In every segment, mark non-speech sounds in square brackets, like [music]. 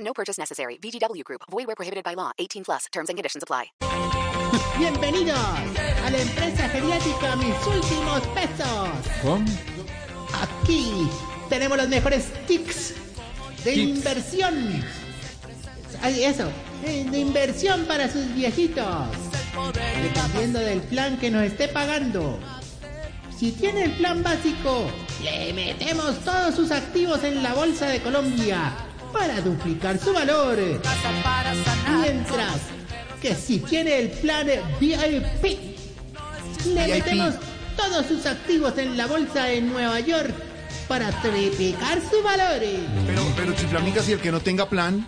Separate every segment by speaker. Speaker 1: No purchase necessary. VGW Group. Void where prohibited by law. 18 plus. Terms and conditions apply.
Speaker 2: Bienvenidos a la empresa geriátrica Mis Últimos Pesos.
Speaker 3: ¿Cómo?
Speaker 2: Aquí tenemos los mejores tips de
Speaker 3: Tips.
Speaker 2: inversión. Ay, eso, eh, de inversión para sus viejitos. Dependiendo del plan que nos esté pagando. Si tiene el plan básico, le metemos todos sus activos en la Bolsa de Colombia para duplicar su valor. Mientras que si tiene el plan VIP,
Speaker 3: VIP.
Speaker 2: le metemos todos sus activos en la Bolsa de Nueva York para triplicar su valor.
Speaker 4: Pero, pero Chiflamica, si el que no tenga plan,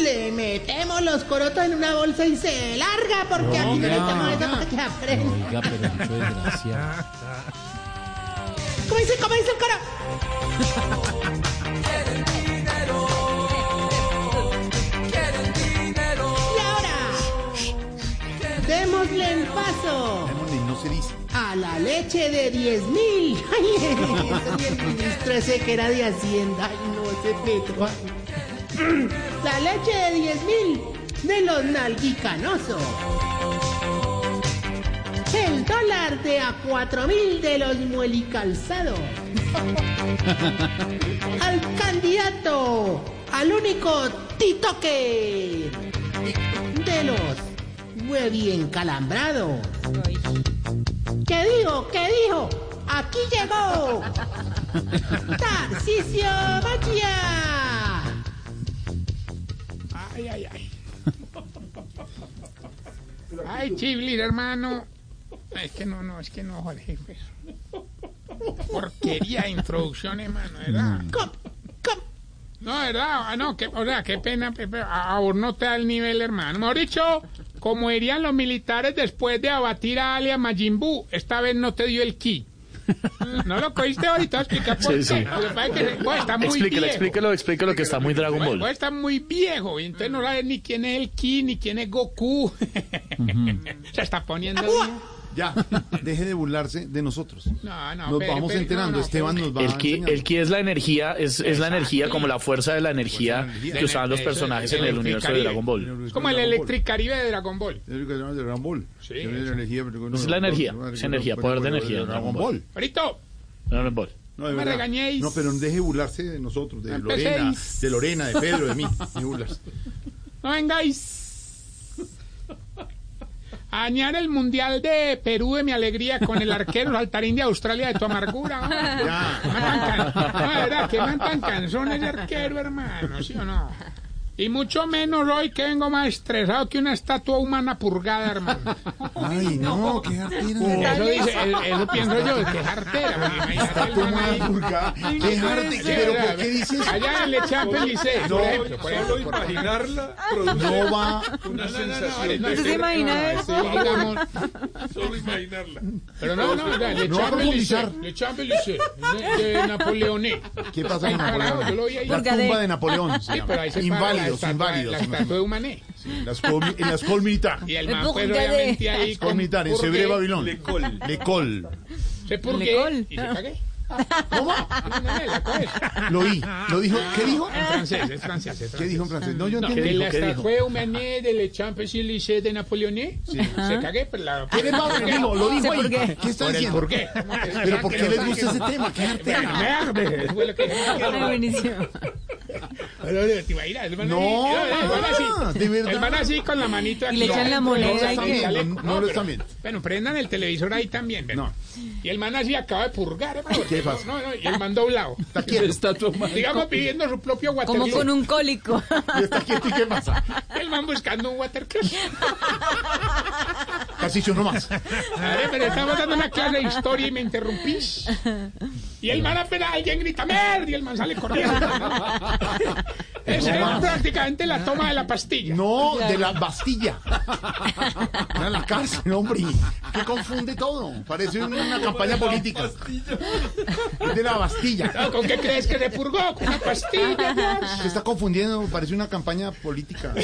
Speaker 2: Le metemos los corotos en una bolsa y se larga porque aquí no le estamos eso para que aprenda.
Speaker 3: Oiga, pero mucho desgracia.
Speaker 2: ¿Cómo dice, cómo dice el coro? Y ahora, démosle el paso
Speaker 4: Emily, no se dice.
Speaker 2: a la leche de 10 mil. [laughs] Ay, eso sí, el ministro ese que era de Hacienda. Ay, no, ese Petro. [clears throat] ay. La leche de 10 mil de los nalguicanosos. El dólar de a 4 mil de los muelicalzados. [laughs] Al candidato, al único titoque de los huevi encalambrados. ¿Qué dijo? ¿Qué dijo? Aquí llegó Tarcisio Machia.
Speaker 5: Ay, ay, ay. Ay, Chiblir, hermano. Es que no, no, es que no, Jorge. pues. Porquería de introducción, hermano, ¿verdad?
Speaker 2: Com, com.
Speaker 5: No, ¿verdad? Ah, no, que, o sea, qué pena, Pepe. a- Aún no te da el nivel, hermano. Mejor dicho, como dirían los militares después de abatir a Alia Majimbu, esta vez no te dio el ki. No lo cogiste ahorita, explica por qué. Lo que pasa es que, vos, está muy
Speaker 6: Explíquelo,
Speaker 5: viejo.
Speaker 6: explíquelo, explíquelo que está muy Dragon
Speaker 5: Bueno,
Speaker 6: Ball.
Speaker 5: está muy viejo, y entonces no sabe ni quién es el Ki, ni quién es Goku. [laughs] Se está poniendo. bien. [laughs]
Speaker 4: Ya, deje de burlarse de nosotros.
Speaker 5: No, no,
Speaker 4: nos
Speaker 5: Ah, pero-
Speaker 4: vamos
Speaker 5: pero-
Speaker 4: enterando.
Speaker 5: no, no,
Speaker 4: Esteban
Speaker 5: pero-
Speaker 4: nos va
Speaker 6: El ki,
Speaker 4: enseñando.
Speaker 6: el ki es la energía, es, es la energía como la fuerza de la
Speaker 4: Fuerza
Speaker 6: energía
Speaker 4: de la energía.
Speaker 6: que usaban los
Speaker 5: Eso,
Speaker 6: personajes
Speaker 5: eso,
Speaker 6: en el
Speaker 5: eso,
Speaker 6: universo de
Speaker 5: Caribe.
Speaker 6: Dragon Ball.
Speaker 5: Es como el Electricaribe de Dragon Ball.
Speaker 4: Es lo que llaman de Dragon Ball.
Speaker 5: Sí,
Speaker 4: Es la
Speaker 5: eso.
Speaker 4: energía, pero no-
Speaker 6: Es la
Speaker 4: no-
Speaker 6: energía,
Speaker 4: no-
Speaker 6: es
Speaker 4: no-
Speaker 6: energía,
Speaker 4: no-
Speaker 6: poder de
Speaker 4: no-
Speaker 6: energía,
Speaker 4: de Dragon
Speaker 6: Dragon
Speaker 4: Ball.
Speaker 5: Ahorito,
Speaker 6: Dragon Ball.
Speaker 4: No, de
Speaker 5: Me
Speaker 4: verdad.
Speaker 5: regañéis. Ah,
Speaker 4: No, pero deje de burlarse de nosotros, de
Speaker 5: Empecéis.
Speaker 4: Lorena, de Lorena, de Pedro, de mí. Deje de burlarse.
Speaker 5: [laughs] no vengáis. A Añar el mundial de Perú de mi alegría con el arquero saltarín de Australia de tu amargura. ¿no?
Speaker 4: Ya.
Speaker 5: No, tan can- no, de verdad, que man tan canzón ese arquero, hermano, ¿sí o no? Y mucho menos hoy que vengo más estresado que una estatua humana purgada, hermano.
Speaker 4: Ay, no, qué artera.
Speaker 5: Eso, dice, el- eso pienso yo, que es artera. porque imagínate el man ahí.
Speaker 4: Pulga, Qué arte, pero ¿por qué dices?
Speaker 5: Allá en Le Champs-Élysées, por ejemplo. por ejemplo, por ejemplo.
Speaker 7: imaginarla
Speaker 4: No va.
Speaker 5: Entonces,
Speaker 7: produce
Speaker 5: no, sí, digamos,
Speaker 7: solo imaginarla.
Speaker 5: Pero no, no, ya, Le
Speaker 4: No va a
Speaker 5: Champs-Élysées,
Speaker 4: profundizar.
Speaker 5: Le Champs-Élysées, de, de Napoleoné.
Speaker 4: ¿Qué pasa con
Speaker 5: Carajo, yo lo
Speaker 4: Napoleón?
Speaker 5: vi ahí.
Speaker 4: La tumba de Napoleón. se
Speaker 5: Sí,
Speaker 4: llama.
Speaker 5: pero ahí se para
Speaker 4: Inválidos,
Speaker 5: la estatua-
Speaker 4: inválidos.
Speaker 5: La
Speaker 4: se llama.
Speaker 5: estatua de Humané.
Speaker 4: Las colmi- en las colmita.
Speaker 5: Y el man, pues, obviamente, ahí... con-
Speaker 4: Colmitar, en
Speaker 5: porque-
Speaker 4: Cebre Babilón.
Speaker 7: Le col.
Speaker 4: Le col.
Speaker 5: Se purgué y se cagué.
Speaker 4: ¿Cómo?
Speaker 5: Una vez, la cosa.
Speaker 4: Lo oí. ¿Lo dijo? ¿Qué dijo?
Speaker 5: En francés, es francés, es
Speaker 4: ¿Qué
Speaker 5: francés.
Speaker 4: dijo en francés? No, yo
Speaker 5: No,
Speaker 4: entendí.
Speaker 5: de la
Speaker 6: ¿Qué dijo?
Speaker 5: estatua humané de Le Champs-Élysées de Napoleoné. Se cagué, pero la...
Speaker 4: ¿Qué le pasa? Dijo, Lo dijo ahí. ¿Qué está
Speaker 5: Por el
Speaker 4: diciendo?
Speaker 5: purgué.
Speaker 4: ¿Pero por qué les gusta ese tema? ¿Qué artera?
Speaker 5: Verde, fue lo que Pero, ¿te imaginas? El man
Speaker 4: No,
Speaker 5: así, el man así,
Speaker 4: ah, de verdad.
Speaker 5: El man así con la manito aquí.
Speaker 8: le echan la
Speaker 5: No,
Speaker 8: moneda
Speaker 5: no
Speaker 4: lo
Speaker 5: se
Speaker 8: y
Speaker 4: están
Speaker 8: que-
Speaker 5: sale,
Speaker 4: viendo, no lo
Speaker 5: pero-
Speaker 4: están viendo.
Speaker 5: Bueno, prendan el televisor ahí también, ven.
Speaker 4: No.
Speaker 5: Y el man así acaba de purgar, hermano.
Speaker 4: ¿Qué pasa?
Speaker 5: No, no, y el man doblado.
Speaker 4: Está quieto.
Speaker 5: Digamos pidiendo su propio
Speaker 8: Como
Speaker 5: Waterloo.
Speaker 8: con un cólico.
Speaker 4: ¿Y está quieto y qué pasa?
Speaker 5: El man buscando un Waterloo.
Speaker 4: Casi yo nomás.
Speaker 5: A ver, pero estamos dando una clase de historia y me interrumpís. Y el man apenas alguien grita, ¡Merd! Y el man sale corriendo. Esa era prácticamente la toma de la pastilla.
Speaker 4: No, de la
Speaker 5: [laughs]
Speaker 4: Bastilla. Era en la cárcel, hombre. Que confunde todo. Parece una, una campaña política. Es de la Bastilla.
Speaker 5: ¿Con qué crees que se purgó? Con una pastilla. George?
Speaker 4: Se está confundiendo, parece una campaña política.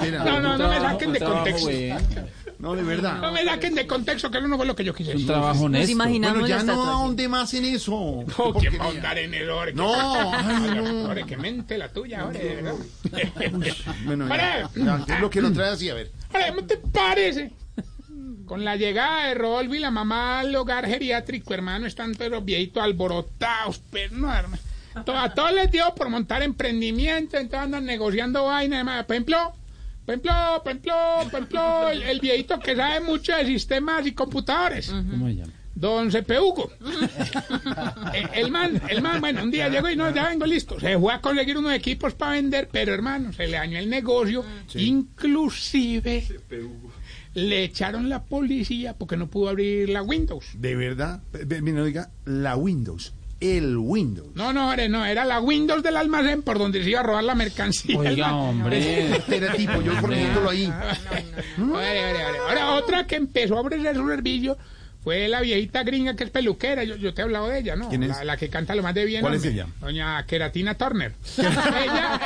Speaker 4: Mira,
Speaker 5: No, no, no me saquen de contexto.
Speaker 4: No, de
Speaker 5: No
Speaker 4: verdad.
Speaker 5: me saquen de contexto, que eso no fue lo que yo quise
Speaker 3: Un
Speaker 5: decir.
Speaker 3: trabajo
Speaker 8: Nos
Speaker 3: honesto.
Speaker 8: imaginamos
Speaker 4: Bueno, ya
Speaker 8: las
Speaker 4: no
Speaker 8: tatuajes.
Speaker 4: ahonde más en eso.
Speaker 5: No, ¿quién va a ahondar Oh, en el ore?
Speaker 4: No, ay, no.
Speaker 5: Ore, que mente la tuya, ore, de verdad.
Speaker 4: Bueno, ya,
Speaker 5: Para.
Speaker 4: ya, ¿qué es lo que lo trae así? A ver.
Speaker 5: Ore, ¿cómo te parece? Con la llegada de Rodolfo y la mamá al hogar geriátrico, hermano, están todos los viejitos alborotados, pero no, hermano. To- A todos les dio por montar emprendimiento, entonces andan negociando vainas, hermano. Por ejemplo, por ejemplo, por ejemplo, por ejemplo, el, el viejito que sabe mucho de sistemas y computadores.
Speaker 3: ¿Cómo se llama?
Speaker 5: Don Cepehugo. Eh, el man, el man, bueno, un día llegó y no, ya vengo listo. Se fue a conseguir unos equipos para vender, pero hermano, se le dañó el negocio. Inclusive le echaron la policía porque no pudo abrir la Windows.
Speaker 4: De verdad. Ve- ve- Mira, oiga, la Windows. El Windows.
Speaker 5: No, no, hombre, no, era la Windows del almacén por donde se iba a robar [laughs] la mercancía.
Speaker 3: Oiga, hombre.
Speaker 4: Este tipo, yo poniéndolo ahí.
Speaker 5: Ore, ore, ore. Ahora, otra que empezó a ofrecer su servicio fue la viejita gringa que es peluquera. Yo, yo te he hablado de ella, ¿no?
Speaker 4: ¿Quién es?
Speaker 5: La, la que canta lo más de bien.
Speaker 4: ¿Cuál es
Speaker 5: hombre.
Speaker 4: ella?
Speaker 5: Doña Queratina Turner.
Speaker 4: [laughs]
Speaker 5: ella,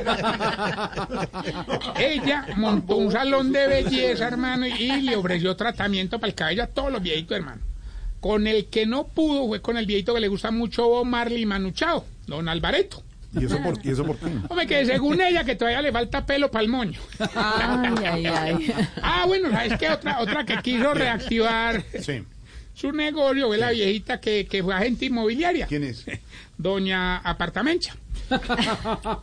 Speaker 5: ella. ella montó un salón de belleza, hermano, y, y le ofreció tratamiento para el cabello a todos los viejitos, hermano. Con el que no pudo fue con el viejito que le gusta mucho Bob Marley y Manu Chao, don Alvareto.
Speaker 4: ¿Y eso por, y eso por qué?
Speaker 5: Hombre, que según ella que todavía le falta pelo para el moño.
Speaker 8: Ay, ay, ay.
Speaker 5: Ah, bueno, ¿sabes qué? Otra, otra que quiso reactivar
Speaker 4: Sí.
Speaker 5: su negocio fue la viejita que, que fue agente inmobiliaria,
Speaker 4: ¿Quién es? [laughs]
Speaker 5: doña Apartamencha.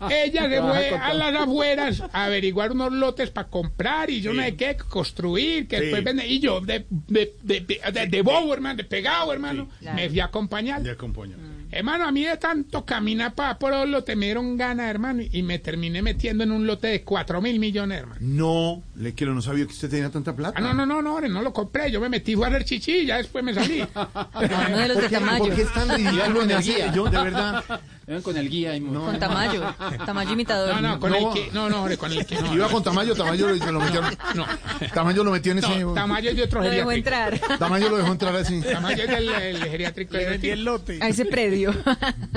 Speaker 5: Ella se fue a las afueras a averiguar unos lotes para comprar y yo no sé qué, construir, que
Speaker 4: Sí.
Speaker 5: después vender. Y yo, de, de, de, de- de bobo, hermano, de pegado, hermano, me fui a acompañar.
Speaker 4: Ya acompaña.
Speaker 5: Hermano, a mí de tanto caminar para por los lotes me dieron ganas, hermano, y me terminé metiendo en un lote de 4 mil millones, hermano.
Speaker 4: No, le quiero, no sabía que usted tenía tanta plata.
Speaker 5: Ah, no, no, no, no, hombre, no lo compré. Yo me metí fue a hacer chichi y ya después me salí.
Speaker 4: [laughs]
Speaker 8: Uno de los de
Speaker 4: ¿Por qué,
Speaker 8: Tamayo.
Speaker 4: por qué es tan ridículo en así? Yo, de verdad,
Speaker 3: Ven con el guía y
Speaker 8: Con Tamayo. Tamayo imitador.
Speaker 5: No, no, con
Speaker 4: No.
Speaker 5: el que. No, no, hombre, con el
Speaker 4: [laughs]
Speaker 5: que. No,
Speaker 4: iba con Tamayo, Tamayo lo, se lo metió.
Speaker 5: no.
Speaker 4: Tamayo lo metió en ese.
Speaker 5: no, Tamayo es de otro
Speaker 8: Lo dejó
Speaker 5: geriátrico.
Speaker 8: entrar
Speaker 4: Tamayo lo dejó entrar así.
Speaker 5: Tamayo es del el geriátrico. de Betis.
Speaker 4: lote.
Speaker 8: [laughs] a ese predio.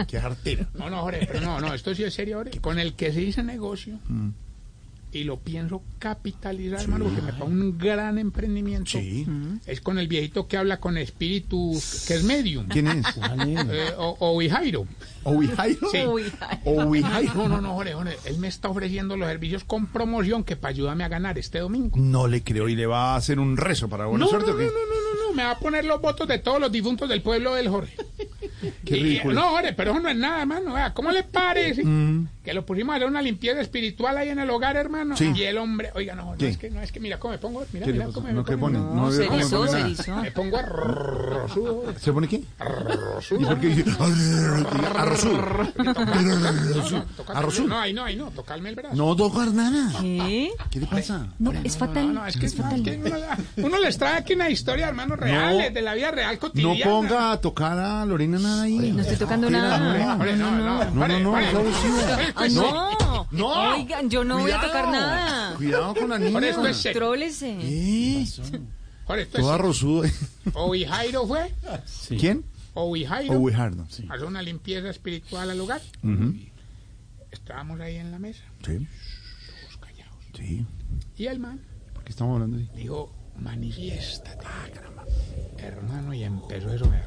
Speaker 4: Qué artera.
Speaker 5: No, no, Jorge, pero no, no, esto sí es serio, Jorge. Con el que se hizo negocio
Speaker 4: Mm.
Speaker 5: y lo pienso capitalizar, hermano, porque me paga un gran emprendimiento. Mm.
Speaker 4: Sí.
Speaker 5: Es con el viejito que habla con espíritu, que es medium.
Speaker 4: ¿Quién es?
Speaker 5: eh, o, o Ijairo.
Speaker 4: Owi Jairo.
Speaker 5: Sí.
Speaker 8: Uy, ay.
Speaker 4: Owi
Speaker 5: Ay,
Speaker 4: Jairo.
Speaker 5: no, no, no, Jorge, Jorge, Él me está ofreciendo los servicios con promoción que para ayudarme a ganar este domingo.
Speaker 4: No le creo y le va a hacer un rezo para buena
Speaker 5: No, no,
Speaker 4: suerte.
Speaker 5: no,
Speaker 4: ¿o
Speaker 5: no,
Speaker 4: qué?
Speaker 5: no, no, no, me va a poner los votos de todos los difuntos del pueblo del Jorge.
Speaker 4: [laughs] Qué
Speaker 5: Y- y-
Speaker 4: ridículo. Mm.
Speaker 5: no, Jorge, pero eso no es nada, hermano. vea, ¿Cómo le parece? Que lo pusimos a hacer una limpieza espiritual ahí en el hogar, hermano.
Speaker 4: Sí.
Speaker 5: Y el hombre, oiga, no, no,
Speaker 4: ¿Qué?
Speaker 5: es que, no, es que mira cómo me pongo, mira,
Speaker 4: ¿Qué le
Speaker 5: mira
Speaker 4: pasa?
Speaker 5: cómo
Speaker 4: No,
Speaker 5: me
Speaker 4: ¿qué pone?
Speaker 5: pongo.
Speaker 4: No,
Speaker 8: No, se
Speaker 4: veo cómo me
Speaker 8: erizó,
Speaker 4: pone
Speaker 8: se
Speaker 4: nada.
Speaker 8: erizó.
Speaker 5: Me pongo arrosudo.
Speaker 4: ¿Se pone qué? ¿Y por qué dice? Arrosur. Arrosur. Arrosur.
Speaker 5: No, ahí no, ahí no, tocarme el brazo.
Speaker 4: Ah, No tocar nada.
Speaker 8: ¿Qué?
Speaker 4: ¿Qué le pasa?
Speaker 8: No, es fatal.
Speaker 5: No,
Speaker 4: [laughs]
Speaker 5: es que, no, es que uno, uno les trae aquí una historia, hermano, real, de la vida real
Speaker 4: No
Speaker 5: cotidiana.
Speaker 4: ponga a tocar a Lorena nada ahí.
Speaker 8: No estoy tocando
Speaker 4: No,
Speaker 8: nada.
Speaker 5: Hombre, no, no,
Speaker 4: No, no,
Speaker 5: pare,
Speaker 4: no,
Speaker 5: pare.
Speaker 4: es abusivo.
Speaker 8: Ah, no.
Speaker 4: No.
Speaker 8: Oigan, yo no voy a tocar nada.
Speaker 4: Cuidado con la niña.
Speaker 5: Por eso es serio.
Speaker 8: Contrólese.
Speaker 4: ¿Eh?
Speaker 5: Por esto es
Speaker 4: Toda rosuda.
Speaker 5: O Jairo fue,
Speaker 4: ¿Quién?
Speaker 5: o Jairo,
Speaker 4: Owe Hardo. Sí.
Speaker 5: hace una limpieza espiritual al hogar. Estábamos ahí en la mesa,
Speaker 4: Sí.
Speaker 5: todos callados.
Speaker 4: Sí.
Speaker 5: Y el man
Speaker 4: ¿Por qué estamos hablando así?
Speaker 5: dijo, manifiéstate,
Speaker 4: Ah,
Speaker 5: hermano, y empezó eso. vea.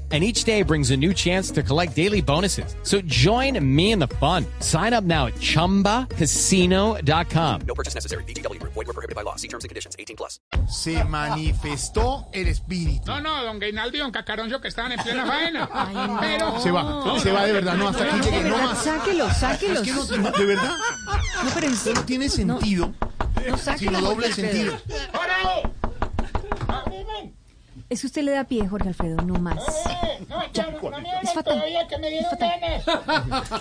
Speaker 9: And each day brings a new chance to collect daily bonuses. So join me in the fun. Sign up now at chumbacasino.com.
Speaker 4: Se manifestó el espíritu.
Speaker 5: No, no, don Gainaldo y don Cacaroncio que estaban en
Speaker 4: [laughs]
Speaker 5: plena faena. Pero
Speaker 4: Se va. Se va de verdad. No, hasta aquí
Speaker 8: De
Speaker 4: llegué. No
Speaker 8: verdad,
Speaker 4: más.
Speaker 8: sáquelo, sáquelo.
Speaker 4: Es que no, no, de verdad.
Speaker 8: No, pero en serio,
Speaker 4: No tiene sentido.
Speaker 8: no,
Speaker 4: Sino
Speaker 8: sáquelo.
Speaker 4: doble
Speaker 8: Jorge Alfredo.
Speaker 4: sentido.
Speaker 5: ¡Órale!
Speaker 8: Es que usted le da pie, Jorge Alfredo, no más.
Speaker 5: Eh, No,
Speaker 8: Ya.
Speaker 5: no, no me
Speaker 8: Es
Speaker 5: hables
Speaker 8: fatal.
Speaker 5: todavía que me
Speaker 8: Es
Speaker 5: dieron
Speaker 8: fatal.
Speaker 5: ganas.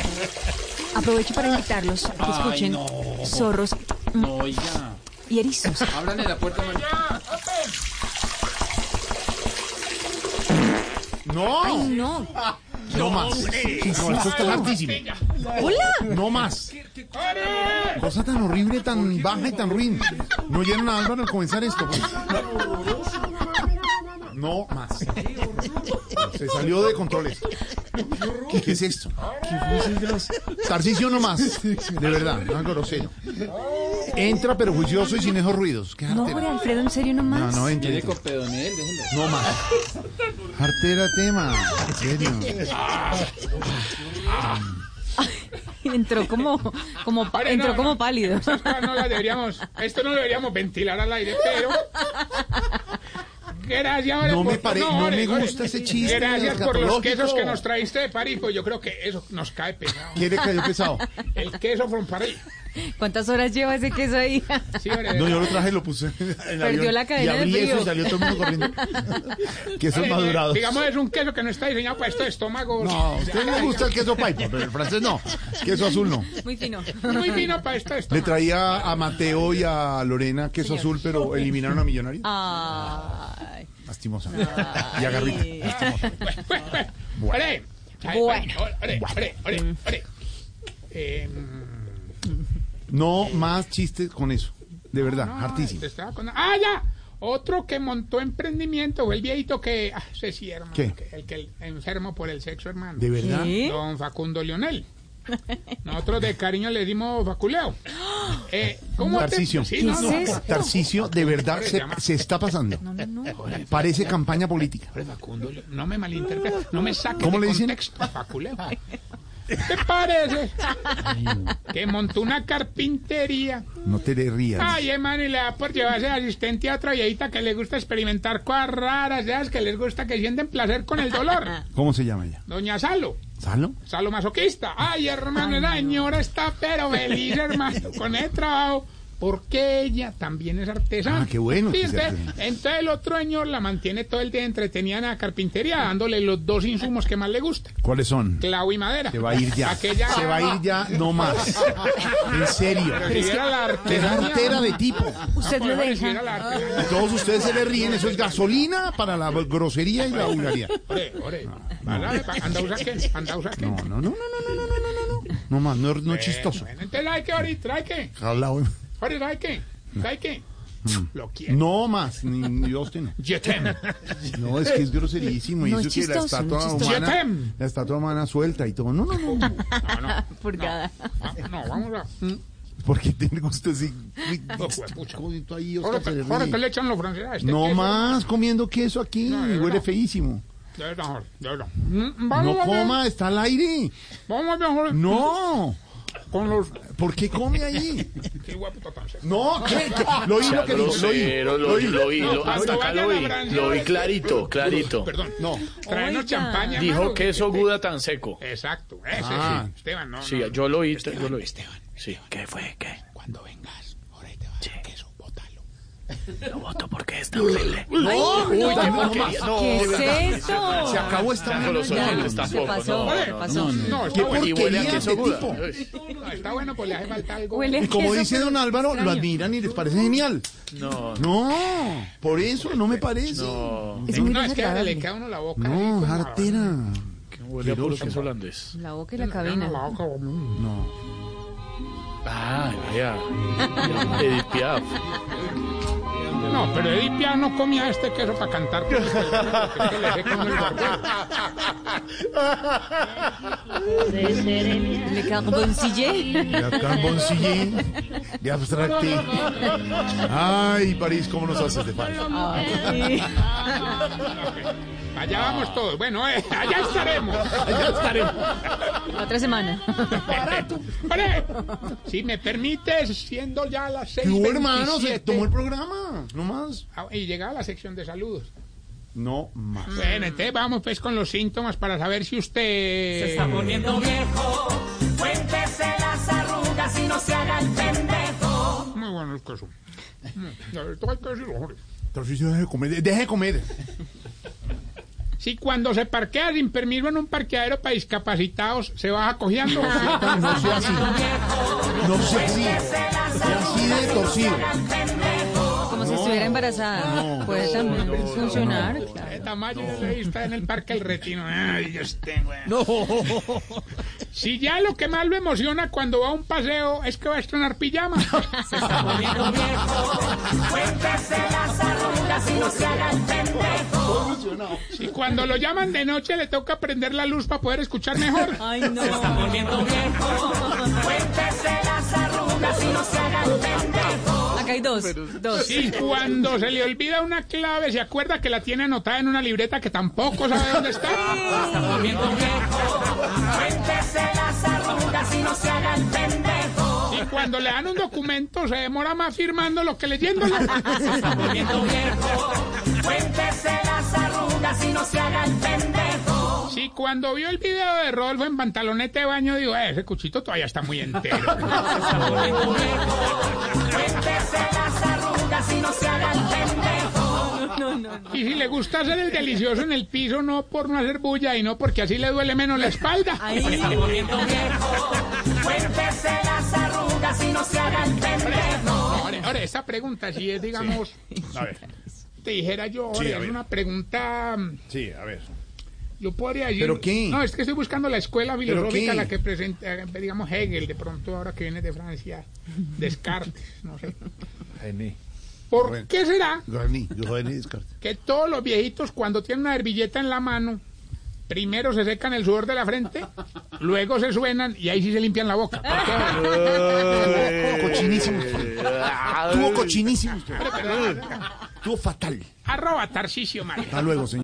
Speaker 8: [laughs] Aprovecho para invitarlos a que
Speaker 3: Ay,
Speaker 8: escuchen
Speaker 3: no.
Speaker 8: zorros
Speaker 3: No, oiga.
Speaker 8: y erizos.
Speaker 3: Ábranle la puerta, mami.
Speaker 4: No,
Speaker 8: Ay, no.
Speaker 4: no más. No, esto está hartísimo.
Speaker 8: ¡Hola!
Speaker 4: No más. Cosa tan horrible, tan baja y tan ruin. No oyeron a Álvaro al comenzar esto. pues. No más. Se salió de controles. ¿Qué, qué es esto? Tarcisio no más. De verdad, no es grosero. Entra pero juicioso y sin esos ruidos. Qué
Speaker 8: No,
Speaker 4: jartera.
Speaker 8: Jorge Alfredo, en serio, no
Speaker 4: No,
Speaker 8: más.
Speaker 4: no, entra.
Speaker 3: Viene
Speaker 4: entra.
Speaker 3: con pedonel, déjenlo.
Speaker 4: No más. Jartera tema. En serio.
Speaker 8: [laughs] Entró como, como, pa-
Speaker 5: Pare,
Speaker 8: entró
Speaker 5: no,
Speaker 8: como
Speaker 5: no.
Speaker 8: pálido.
Speaker 5: Estas cosas no las deberíamos, esto no lo deberíamos ventilar al aire, pero. Gracias, Ore,
Speaker 4: No me
Speaker 5: por-
Speaker 4: pare- no
Speaker 5: Ore,
Speaker 4: me
Speaker 5: Ore.
Speaker 4: gusta ese chiste
Speaker 5: Gracias por los
Speaker 4: escatológico.
Speaker 5: quesos que nos traíste de París, pues yo creo que eso nos cae pesado.
Speaker 4: ¿Quién le cayó pesado?
Speaker 5: El queso from París.
Speaker 8: [laughs] ¿Cuántas horas lleva ese queso ahí? [laughs]
Speaker 5: Sí, Ore,
Speaker 4: No, yo lo traje y lo puse en el
Speaker 8: Perdió
Speaker 4: avión,
Speaker 8: la cadena
Speaker 4: Y
Speaker 8: de
Speaker 4: abrí eso
Speaker 8: frío.
Speaker 4: y salió todo el mundo corriendo. Quesos
Speaker 8: [laughs]
Speaker 5: Ore,
Speaker 4: madurados.
Speaker 5: Eh, Digamos, es un queso que no está diseñado para este estos estómagos.
Speaker 4: No, a usted le gusta el queso paipa, pero el francés no. Queso azul no.
Speaker 8: Muy fino.
Speaker 5: Muy fino para este estos
Speaker 4: Le
Speaker 5: estómagos.
Speaker 4: traía a Mateo y a Lorena queso azul, pero eliminaron a Millonario.
Speaker 8: Ah. Ay.
Speaker 4: Lastimosamente. Y a Garrita. lastimosamente.
Speaker 5: Bueno, [laughs] bueno. Ore, ay,
Speaker 8: Bueno.
Speaker 5: Ore, ore,
Speaker 4: Mm.
Speaker 5: ore, ore. Eh,
Speaker 4: No más chistes con eso. De verdad, hartísimo.
Speaker 5: Te estaba con- Ah, ya. Otro que montó emprendimiento fue el viejito que ah, se sí, hermano,
Speaker 4: ¿Qué?
Speaker 5: que- el que el enfermo por el sexo, hermano.
Speaker 4: De verdad.
Speaker 8: ¿Qué?
Speaker 5: Don Facundo Leonel. Nosotros de cariño le dimos faculeo. Eh, ¿Cómo te-
Speaker 4: Tarcicio.
Speaker 5: Sí, no, no,
Speaker 8: ¿Qué es eso?
Speaker 4: Tarcicio, de verdad, se, se está pasando.
Speaker 8: No, no, no.
Speaker 4: Parece campaña política.
Speaker 5: hombre, Facundo, Leo- no me malinterpretes, no me saques
Speaker 4: ¿Cómo
Speaker 5: de
Speaker 4: le dicen?
Speaker 5: contexto, faculeo. ¿Te parece? Que montó una carpintería.
Speaker 4: No te le rías.
Speaker 5: Ay, hermano, y le da por llevarse de asistente a otra viejita que le gusta experimentar cosas raras, ¿sabes? Que les gusta que sienten placer con el dolor.
Speaker 4: ¿Cómo se llama ella?
Speaker 5: Doña Salo,
Speaker 4: ¿Salo?
Speaker 5: Salo masoquista. Ay, hermano, la señora está pero feliz, hermano, con el trabajo. Porque ella también es artesana.
Speaker 4: Ah, qué bueno
Speaker 5: Sí,
Speaker 4: que sea
Speaker 5: entonces,
Speaker 4: artesana.
Speaker 5: entonces el otro señor la mantiene todo el día entretenida en la carpintería, dándole los dos insumos que más le gustan,
Speaker 4: ¿Cuáles son?
Speaker 5: clavo y madera.
Speaker 4: Se va a ir
Speaker 5: [laughs]
Speaker 4: ya.
Speaker 5: Aquella-
Speaker 4: Se va a ir ya, no más. En serio.
Speaker 5: Pero si era la
Speaker 4: Qué
Speaker 5: artesanía.
Speaker 4: cartera de tipo.
Speaker 8: Usted lo
Speaker 5: Pues, si era
Speaker 8: deja.
Speaker 5: la artesanía.
Speaker 4: Todos ustedes se le ríen, eso es gasolina para la grosería y la vulgaridad.
Speaker 5: Ore, ore. Ándale, pa- Anda, usa que, anda, usa que.
Speaker 4: No, no, no, no, no, no, no, no, no, no. No más, no, no es chistoso.
Speaker 5: Bueno, entonces, ¿sabe qué, Ori? ¿Sabe qué?
Speaker 4: Jalao, eh.
Speaker 5: Ori, ¿sabe qué? ¿Sabe qué? Lo quiero.
Speaker 4: No más, ni, ni Dios te no.
Speaker 5: Yetem.
Speaker 4: No, es que es groserísimo. Y
Speaker 8: No
Speaker 4: eso
Speaker 8: es
Speaker 4: que la
Speaker 8: chistoso,
Speaker 4: estatua
Speaker 8: no es
Speaker 5: chistoso.
Speaker 4: humana, la estatua humana suelta y todo. No, no, no. no.
Speaker 8: Purgada.
Speaker 5: Ah, No, vamos a.
Speaker 4: ¿Por qué te gusta así?
Speaker 5: juepucha.
Speaker 4: Cosito ahí,
Speaker 5: Ahora,
Speaker 4: Oscar, se le
Speaker 5: ahora
Speaker 4: ríe.
Speaker 5: Pues que le echan los franceses a este
Speaker 4: No
Speaker 5: queso.
Speaker 4: más comiendo queso aquí,
Speaker 5: No, de
Speaker 4: huele
Speaker 5: verdad.
Speaker 4: feísimo.
Speaker 5: De verdad, Jorge, de verdad. Mm, Vamos,
Speaker 4: No
Speaker 5: a ver,
Speaker 4: coma, está al aire.
Speaker 5: Vamos a ver, Jorge,
Speaker 4: No,
Speaker 5: Con los.
Speaker 4: ¿por qué come
Speaker 6: [laughs]
Speaker 4: ahí?
Speaker 5: Qué guapo está tan seco.
Speaker 4: No, ¿qué? ¿Qué? lo oí lo
Speaker 6: Sea
Speaker 4: que dijo, lo oí.
Speaker 6: grosero, lo oí, lo oí, lo- hasta acá lo oí. Lo oí clarito, clarito.
Speaker 5: Perdón.
Speaker 4: No,
Speaker 5: Traenos
Speaker 8: Oiga.
Speaker 5: champaña.
Speaker 6: Dijo
Speaker 5: mano.
Speaker 6: queso Guda tan seco.
Speaker 5: Exacto. Ese
Speaker 4: Ah.
Speaker 5: sí. Esteban, este, no.
Speaker 6: Sí,
Speaker 5: no.
Speaker 6: yo lo oí,
Speaker 5: Esteban,
Speaker 6: yo lo oí.
Speaker 5: Esteban.
Speaker 6: Sí. ¿Qué fue? ¿Qué?
Speaker 5: Cuando vengas, ahora ahí te va a dar queso, bótalo.
Speaker 6: Lo voto porque está horrible.
Speaker 4: no, uy, qué
Speaker 6: no,
Speaker 4: porquería.
Speaker 6: no,
Speaker 8: ¿Qué
Speaker 6: de
Speaker 8: es
Speaker 6: verdad.
Speaker 8: eso?
Speaker 4: Se acabó esta
Speaker 6: Con los
Speaker 8: Ya,
Speaker 6: oyentes
Speaker 8: se
Speaker 6: tampoco,
Speaker 8: pasó,
Speaker 6: no,
Speaker 8: se
Speaker 6: no,
Speaker 8: pasó.
Speaker 3: No, no.
Speaker 5: No,
Speaker 4: Qué
Speaker 5: está bueno.
Speaker 6: Y huele
Speaker 4: porquería
Speaker 6: a
Speaker 4: de
Speaker 6: queso
Speaker 4: este
Speaker 6: Guda.
Speaker 4: tipo.
Speaker 5: Está bueno, pues le hace falta algo.
Speaker 8: Huele a
Speaker 4: Como
Speaker 8: queso,
Speaker 4: dice
Speaker 8: pero
Speaker 4: don Álvaro, lo
Speaker 8: extraño.
Speaker 4: admiran y les parece genial.
Speaker 6: No,
Speaker 4: No, por eso no me parece.
Speaker 6: no.
Speaker 8: Es muy
Speaker 5: No, es que le
Speaker 8: desagradable.
Speaker 5: queda a uno la boca.
Speaker 4: No,
Speaker 5: así, pues,
Speaker 4: jartera.
Speaker 6: Huele a puro queso holandés.
Speaker 8: La boca y la
Speaker 5: no, la
Speaker 8: cabina.
Speaker 5: boca, mm.
Speaker 4: No.
Speaker 6: Ah, vea. Edith Piaf.
Speaker 5: No, pero Edith Piaf no comía este queso para cantar. porque es que le dejé con el [laughs] barbón.
Speaker 8: Le carboncillé.
Speaker 4: De carboncillé, de abstracté. Ay, París, ¿cómo nos haces de falta?
Speaker 8: Ay.
Speaker 5: Allá vamos todos. Bueno, eh, allá estaremos.
Speaker 4: Ya estaremos.
Speaker 8: La [laughs] otra semana.
Speaker 5: Vale, si me permites, siendo ya las seis. ah,
Speaker 4: ¿Qué hubo, hermano? Se tomó el programa. No más.
Speaker 5: Y llegaba la sección de saludos.
Speaker 4: No más.
Speaker 5: Bueno, entonces vamos pues con los síntomas para saber si usted...
Speaker 10: poniendo viejo. Cuéntese las arrugas y no se haga el pendejo.
Speaker 5: Muy bueno, con el queso. Mm, a ver, todo hay que decirlo, Jorge.
Speaker 4: Tarcisio, deje de comer. Deje de comer.
Speaker 5: Si cuando se parquea sin permiso en un parqueadero para discapacitados, se baja pues, cojeando.
Speaker 4: No sea así. No sea así. Sea así de torcido.
Speaker 8: Como si estuviera embarazada. Puede también funcionar, claro.
Speaker 5: De Tamayo yo le he visto en el parque el retino. Ay, Dios tengo. No. Si ya lo que más lo emociona cuando va a un paseo es que va a estrenar pijama. Y cuando lo llaman de noche le toca prender la luz para poder escuchar mejor.
Speaker 8: Ay, no. Acá hay dos. Dos.
Speaker 5: Y cuando se le olvida una clave, se acuerda que la tiene anotada en una libreta que tampoco sabe dónde está. Y cuando le dan un documento, se demora más firmando lo que leyéndolo. Si cuando vio el video de Rodolfo en pantalonete de baño, digo, "Eh, ese cuchito todavía está muy entero. Y si le gusta hacer el delicioso en el piso, no por no hacer bulla y no porque así le duele menos la espalda. Ahora, ahora, esa pregunta si es, digamos,
Speaker 4: A ver.
Speaker 5: te dijera yo,
Speaker 4: Sí,
Speaker 5: ahora,
Speaker 4: a
Speaker 5: es
Speaker 4: ver.
Speaker 5: una pregunta, mm,
Speaker 4: Sí, a ver.
Speaker 5: yo podría decir...
Speaker 4: ¿Pero qué?
Speaker 5: No, es que estoy buscando la escuela filosófica,
Speaker 4: qué?
Speaker 5: la que presenta, eh, digamos, Hegel, de pronto ahora que viene de Francia, Descartes, no sé.
Speaker 4: René.
Speaker 5: ¿Por
Speaker 4: Bueno.
Speaker 5: qué será
Speaker 4: Garni, yo René Descartes.
Speaker 5: que todos los viejitos cuando tienen una servilleta en la mano, primero se secan el sudor de la frente, luego se suenan y ahí sí se limpian la boca. ¿Por qué?
Speaker 4: Cochinísimo. usted.
Speaker 6: Ah,
Speaker 4: Tuvo cochinísimo. usted. Tuvo fatal.
Speaker 5: Arroba Tarcisio Maya.
Speaker 4: Hasta luego, señor.